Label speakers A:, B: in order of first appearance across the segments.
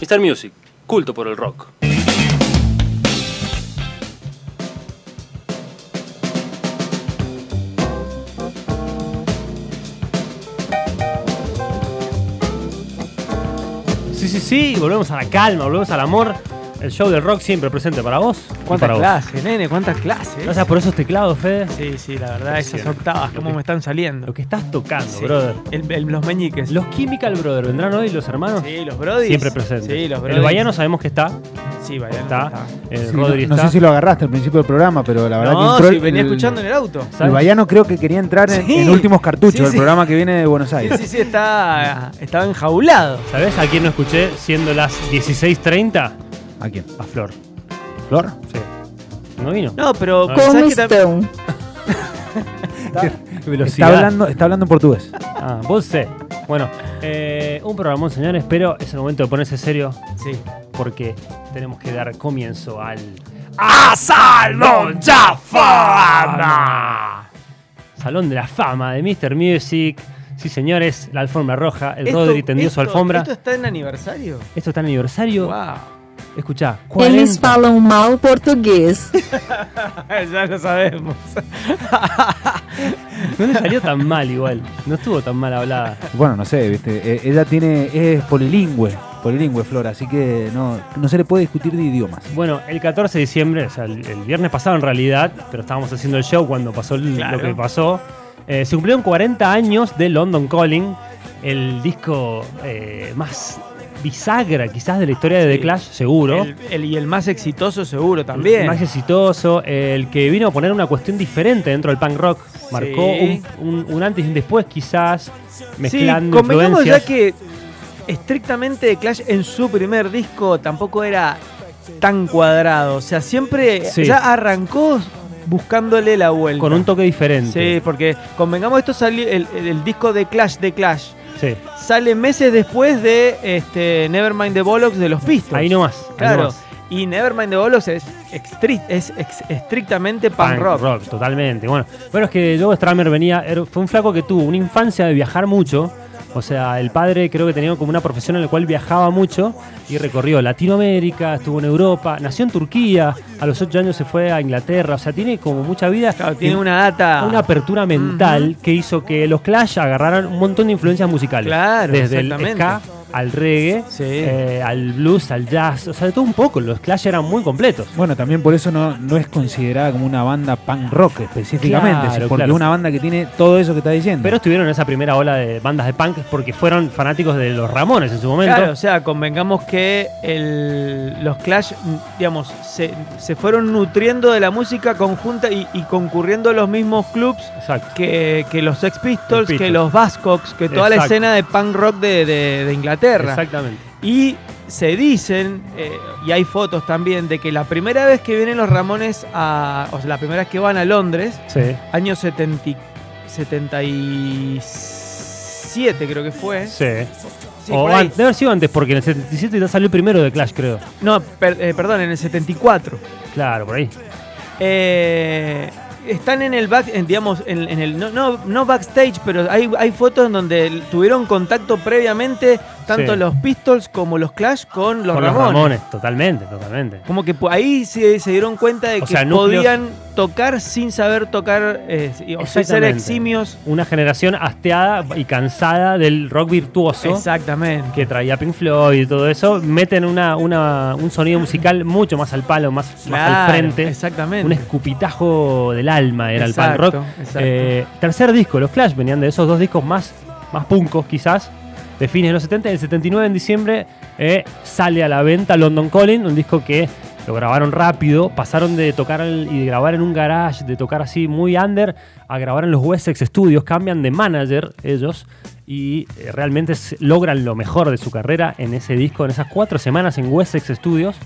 A: Mr. Music, culto por el rock.
B: Sí, sí, sí, volvemos a la calma, volvemos al amor. El show del rock siempre presente para vos. y
C: Cuántas
B: para vos.
C: clases, nene, cuántas clases.
B: Gracias por esos teclados, Fede.
C: Sí, sí, la verdad, esas
B: Impresionante.
C: octavas,
B: Lo
C: cómo
B: que-
C: me están saliendo.
B: Lo que estás tocando,
C: Sí.
B: brother.
C: El- el- los meñiques.
B: Los Chemical Brother, ¿vendrán hoy los hermanos?
C: Sí, los Brody.
B: Siempre presentes.
C: Sí, los Brody.
B: el Bayano sabemos que está.
C: Sí, Bayano
B: está.
C: está.
B: eh,
D: Sí,
B: Rodri
D: no, no
B: está.
D: sé si lo agarraste al principio del programa, pero la verdad que
C: No,
D: entró
C: sí,
D: el-
C: venía
D: el-
C: escuchando en el auto.
D: El Bayano creo que quería entrar en,
C: Sí.
D: en últimos cartuchos
C: Sí,
D: del
C: sí.
D: programa que viene de Buenos
C: Sí,
D: Aires.
C: sí, sí, está, estaba enjaulado.
B: ¿Sabés a quién no escuché siendo las 16.30?
D: ¿A quién?
B: A Flor.
D: ¿Flor?
B: Sí. No vino.
C: No, pero
B: No,
C: pensás
E: Como
C: que también-
E: Stone.
D: Está
B: Velocidad.
D: hablando, está hablando en portugués.
B: Ah, vos sé. Bueno, eh, un programón, señores, pero es el momento de ponerse serio
C: Sí.
B: porque tenemos que dar comienzo al. ¡A Salón ya Fama! Salón de la Fama de Mr. Music. Sí, señores, la alfombra roja. El
C: Esto-
B: Rodri tendió su
C: esto-
B: alfombra.
C: ¿Esto está en aniversario?
B: Esto está en aniversario.
C: Wow.
B: Escuchá, 40.
E: Eles falam mal português.
C: ya lo sabemos.
B: No le salió tan mal igual. No estuvo tan mal hablada.
D: Bueno, no sé, viste. eh, ella tiene, es polilingüe, polilingüe Flor, así que no, no se le puede discutir de idiomas.
B: Bueno, el 14 de diciembre, o sea, el, el viernes pasado en realidad, pero estábamos haciendo el show cuando pasó el-
C: Claro.
B: lo que pasó. eh, se cumplieron 40 años de London Calling, el disco eh, más bisagra quizás de la historia de
C: Sí.
B: The Clash, seguro.
C: El- el- y el más exitoso seguro también.
B: El más exitoso, el que vino a poner una cuestión diferente dentro del punk rock. Marcó
C: Sí.
B: un, un- un antes y un después quizás, mezclando
C: sí, convengamos
B: influencias.
C: ya que estrictamente The Clash en su primer disco tampoco era tan cuadrado. O sea, siempre
B: Sí.
C: ya arrancó buscándole la vuelta.
B: con un toque diferente.
C: Sí, porque convengamos esto salió el, el- el disco de Clash de Clash
B: Sí.
C: sale meses después de este Nevermind the Bollocks de los Pistols.
B: Ahí nomás. ahí
C: Claro.
B: nomás.
C: Y Nevermind the Bollocks es, extri- es ex- estrictamente punk, rock.
B: totalmente. Bueno, bueno, es que Joe Stramer venía, era- fue un flaco que tuvo una infancia de viajar mucho. O sea, el padre creo que tenía como una profesión en la cual viajaba mucho y recorrió Latinoamérica, estuvo en Europa, nació en Turquía, a los 8 años se fue a Inglaterra, o sea, tiene como mucha vida.
C: Claro, tiene
B: y
C: una data.
B: una apertura mental que hizo que los Clash agarraran un montón de influencias musicales.
C: Claro,
B: Desde el
C: exactamente.
B: ska al reggae,
C: Sí.
B: eh, al blues, al jazz, o sea, de todo un poco. Los Clash eran muy completos.
D: Bueno, también por eso no, no es considerada como una banda punk rock específicamente,
B: Claro,
D: sí, porque
B: claro.
D: es una banda que tiene todo eso que está diciendo.
B: Pero estuvieron en esa primera ola de bandas de punk porque fueron fanáticos de los Ramones en su momento.
C: Claro, o sea, convengamos que el- los Clash, mm, digamos, se, se fueron nutriendo de la música conjunta y, y concurriendo a los mismos clubs
B: Exacto.
C: que, que los Sex
B: Los
C: Pistols,
B: Pistols.
C: que los Bascocks, que toda la
B: Exacto.
C: escena de punk rock de, de- de Inglaterra.
B: Exactamente.
C: Y se dicen, eh, y hay fotos también, de que la primera vez que vienen los Ramones a. O sea, la primera vez que van a Londres,
B: Sí.
C: año 70, y- 77, creo que fue.
B: Sí.
C: Sí,
B: o
C: por ahí.
B: an- debe haber sido antes, porque en el 77 ya salió el primero de Clash, creo.
C: No, per- eh, perdón, en el 74.
B: Claro, por ahí.
C: Eh, están en el back, en, digamos, en, en el no, no, no backstage, pero hay, hay fotos en donde tuvieron contacto previamente tanto
B: Sí.
C: los Pistols como los Clash con los
B: Con
C: Ramones.
B: los Ramones, totalmente, totalmente.
C: Como que po- ahí se, se dieron cuenta de
B: O
C: que
B: sea, núcleos-
C: podían tocar sin saber tocar, eh, y- o sea, ser
B: Exactamente.
C: eximios.
B: Una generación hasteada y cansada del rock virtuoso
C: Exactamente.
B: que traía Pink Floyd y todo eso. Meten una, una- un sonido musical mucho más al palo, más, más al
C: Claro,
B: frente.
C: Exactamente.
B: Un escupitajo del alma era el punk
C: Exacto,
B: rock.
C: exacto.
B: Eh, tercer disco, los Clash venían de esos dos discos más, más puncos quizás, de fines de los 70. El 79 en diciembre eh, sale a la venta London Calling, un disco que lo grabaron rápido, pasaron de tocar al- y de grabar en un garage, de tocar así muy under, a grabar en los Wessex Studios, cambian de manager ellos y eh, realmente s- logran lo mejor de su carrera en ese disco, en esas cuatro semanas en Wessex Studios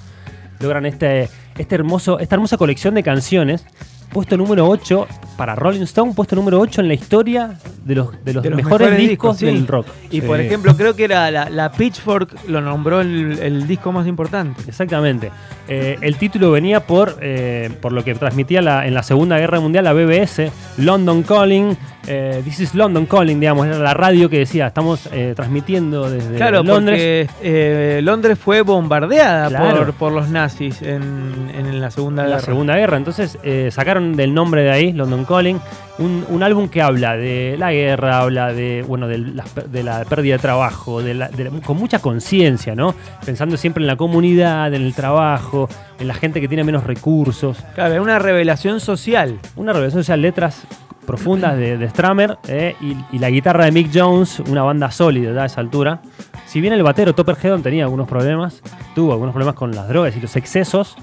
B: logran este, este hermoso, esta hermosa colección de canciones. Puesto número 8 para Rolling Stone puesto número 8 en la historia de los, de los,
C: De los
B: mejores,
C: mejores
B: discos,
C: discos, sí.
B: del rock.
C: Y por
D: Sí.
C: ejemplo, creo que era la, la Pitchfork lo nombró el, el disco más importante.
B: Exactamente. Eh, el título venía por, eh, por lo que transmitía la- en la Segunda Guerra Mundial la BBC, London Calling, eh, This is London Calling, digamos, era la radio que decía, estamos eh, transmitiendo desde
C: claro,
B: Londres.
C: porque eh, Londres fue bombardeada
B: Claro.
C: por, por los nazis en, en la Segunda
B: la
C: Guerra.
B: Segunda Guerra. Entonces eh, sacaron del nombre de ahí, London Calling, un, un álbum que habla de la guerra, habla de bueno de, las per- de la pérdida de trabajo, de la- de la- con mucha conciencia, ¿no? Pensando siempre en la comunidad, en el trabajo, en la gente que tiene menos recursos.
C: Claro, era una revelación social.
B: Una revelación, o sea, letras profundas de, de Stramer eh, y, y la guitarra de Mick Jones, una banda sólida ya a esa altura. Si bien el batero Topper Hedon tenía algunos problemas, tuvo algunos problemas con las drogas y los excesos,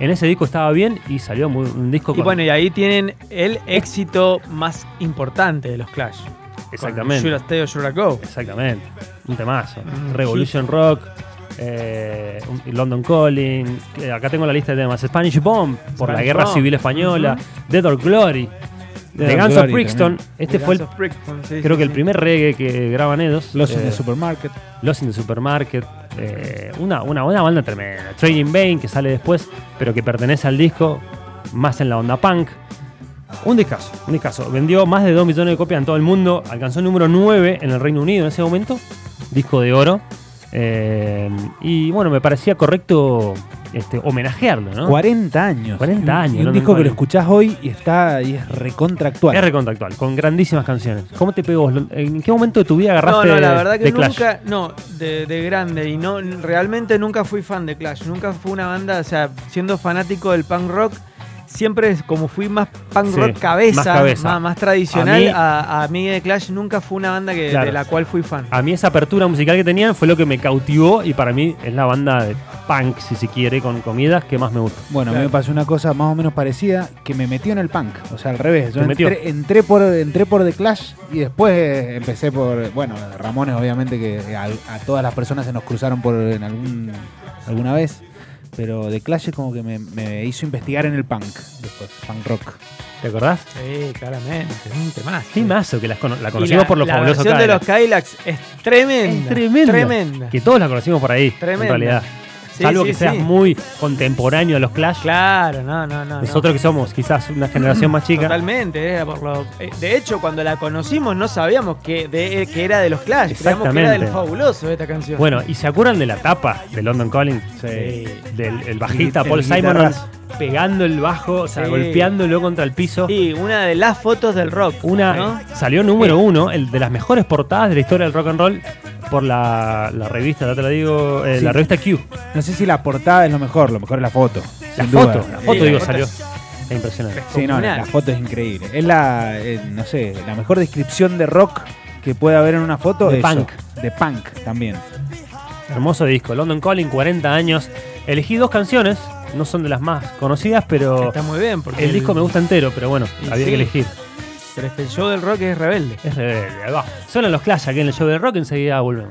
B: en ese disco estaba bien y salió muy- un disco
C: Y
B: con-
C: bueno, y ahí tienen el éxito más importante de los Clash.
B: Exactamente.
C: Should I Stay or Should I Go?
B: Exactamente. Un temazo.
C: Mm,
B: Revolution Rock, eh, un- London Calling. que acá tengo la lista de temas. Spanish Bomb, por la
C: Spanish
B: Guerra
C: Bomb.
B: Civil Española. Dead or Glory.
D: Dead
B: The
D: or
B: Guns of
D: Glory
B: Brixton.
D: también.
B: Este
C: The
B: fue, el-
C: Guns of Brixton, sí,
B: creo
C: sí,
B: que el
C: sí.
B: primer reggae que graban ellos.
D: Los
B: Eh,
D: in the Supermarket.
B: Lost in the Supermarket. eh, una, una, una banda tremenda. Trading Bane, que sale después, pero que pertenece al disco, más en la onda punk. Un discazo, un discazo. Vendió más de 2 millones de copias en todo el mundo. Alcanzó el número 9 en el Reino Unido en ese momento. Disco de oro. Eh, y bueno, me parecía correcto este, homenajearlo, ¿no?
D: 40 años.
B: 40 años,
D: Y un
B: no, no,
D: disco que
B: no.
D: lo escuchás hoy y está y es recontractual.
B: Es recontractual, con grandísimas canciones. ¿Cómo te pegó? ¿En qué momento de tu vida
C: No,
B: agarraste
C: no, la verdad que
B: The Clash?
C: nunca, no, de, de grande y no, realmente nunca fui fan de Clash, nunca fue una banda, o sea, siendo fanático del punk rock, siempre es como fui más punk
B: Sí,
C: rock cabeza,
B: más
C: más,
B: cabeza.
C: más tradicional,
B: A mí-
C: a mí, a, mí de Clash nunca fue una banda que,
B: Claro. Ah.
C: de la cual fui fan.
B: A mí esa apertura musical que tenían fue lo que me cautivó y para mí es la banda de punk, si se quiere, con comidas que más me gusta.
D: Bueno, a mí
C: Claro.
D: me pasó una cosa más o menos parecida que me metió en el punk, o sea, al revés. Yo
B: Te metió.
D: entré, entré por, entré por The Clash y después eh, empecé por, bueno, Ramones obviamente que a, a todas las personas se nos cruzaron por en algún alguna vez, pero The Clash es como que me, me hizo investigar en el punk después, punk rock.
B: ¿Te acordás?
C: Sí, claramente, un temazo.
B: Qué mazo que las cono- la
C: Y
B: conocimos por los
C: la
B: fabulosos
C: versión de los
B: Cadillacs.
C: Cadillacs es tremenda,
B: tremenda.
C: tremenda.
B: Que todos la conocimos por ahí, en
C: Tremenda.
B: realidad.
C: Sí,
B: Salvo
C: sí,
B: que seas
C: sí.
B: muy contemporáneo a los Clash.
C: Claro, no, no, no. no.
B: Nosotros que somos quizás una generación más chica.
C: Totalmente, era por lo- eh, de hecho cuando la conocimos no sabíamos que, de, eh, que era de los Clash, creíamos que era de los
B: Exactamente.
C: fabulosos esta canción.
B: Bueno, ¿y se acuerdan de la tapa de London Calling?
D: Sí.
B: Del el bajista
D: El- el
B: Paul Simon
D: guitarrazo.
B: pegando el bajo, o sea,
C: Sí.
B: golpeándolo contra el piso.
C: y una de las fotos del rock.
B: Una
C: ¿no?
B: salió número uno, el de las mejores portadas de la historia del rock and roll por la, la revista, ya te la digo, eh,
D: Sí.
B: la revista Q.
D: No sé si la portada es lo mejor, lo mejor es la foto.
B: La
D: sin
B: foto,
D: duda.
B: la foto
C: Sí,
B: digo
C: la foto
B: salió.
C: es-
B: Es impresionante.
D: Sí, no, la,
C: Comunal.
D: la foto es increíble. Es la, eh, no sé, la mejor descripción de rock que puede haber en una foto.
B: De
D: eso.
B: punk.
D: De punk también.
B: Hermoso disco, London Calling, 40 años. Elegí dos canciones, no son de las más conocidas, pero
C: Está muy bien porque
B: el disco me gusta entero, pero bueno,
C: Y
B: había
C: sí.
B: que elegir.
C: Pero es que el show del rock es rebelde.
B: Es rebelde, ahí va. Suenan los Clash aquí en el show de rock, enseguida volvemos.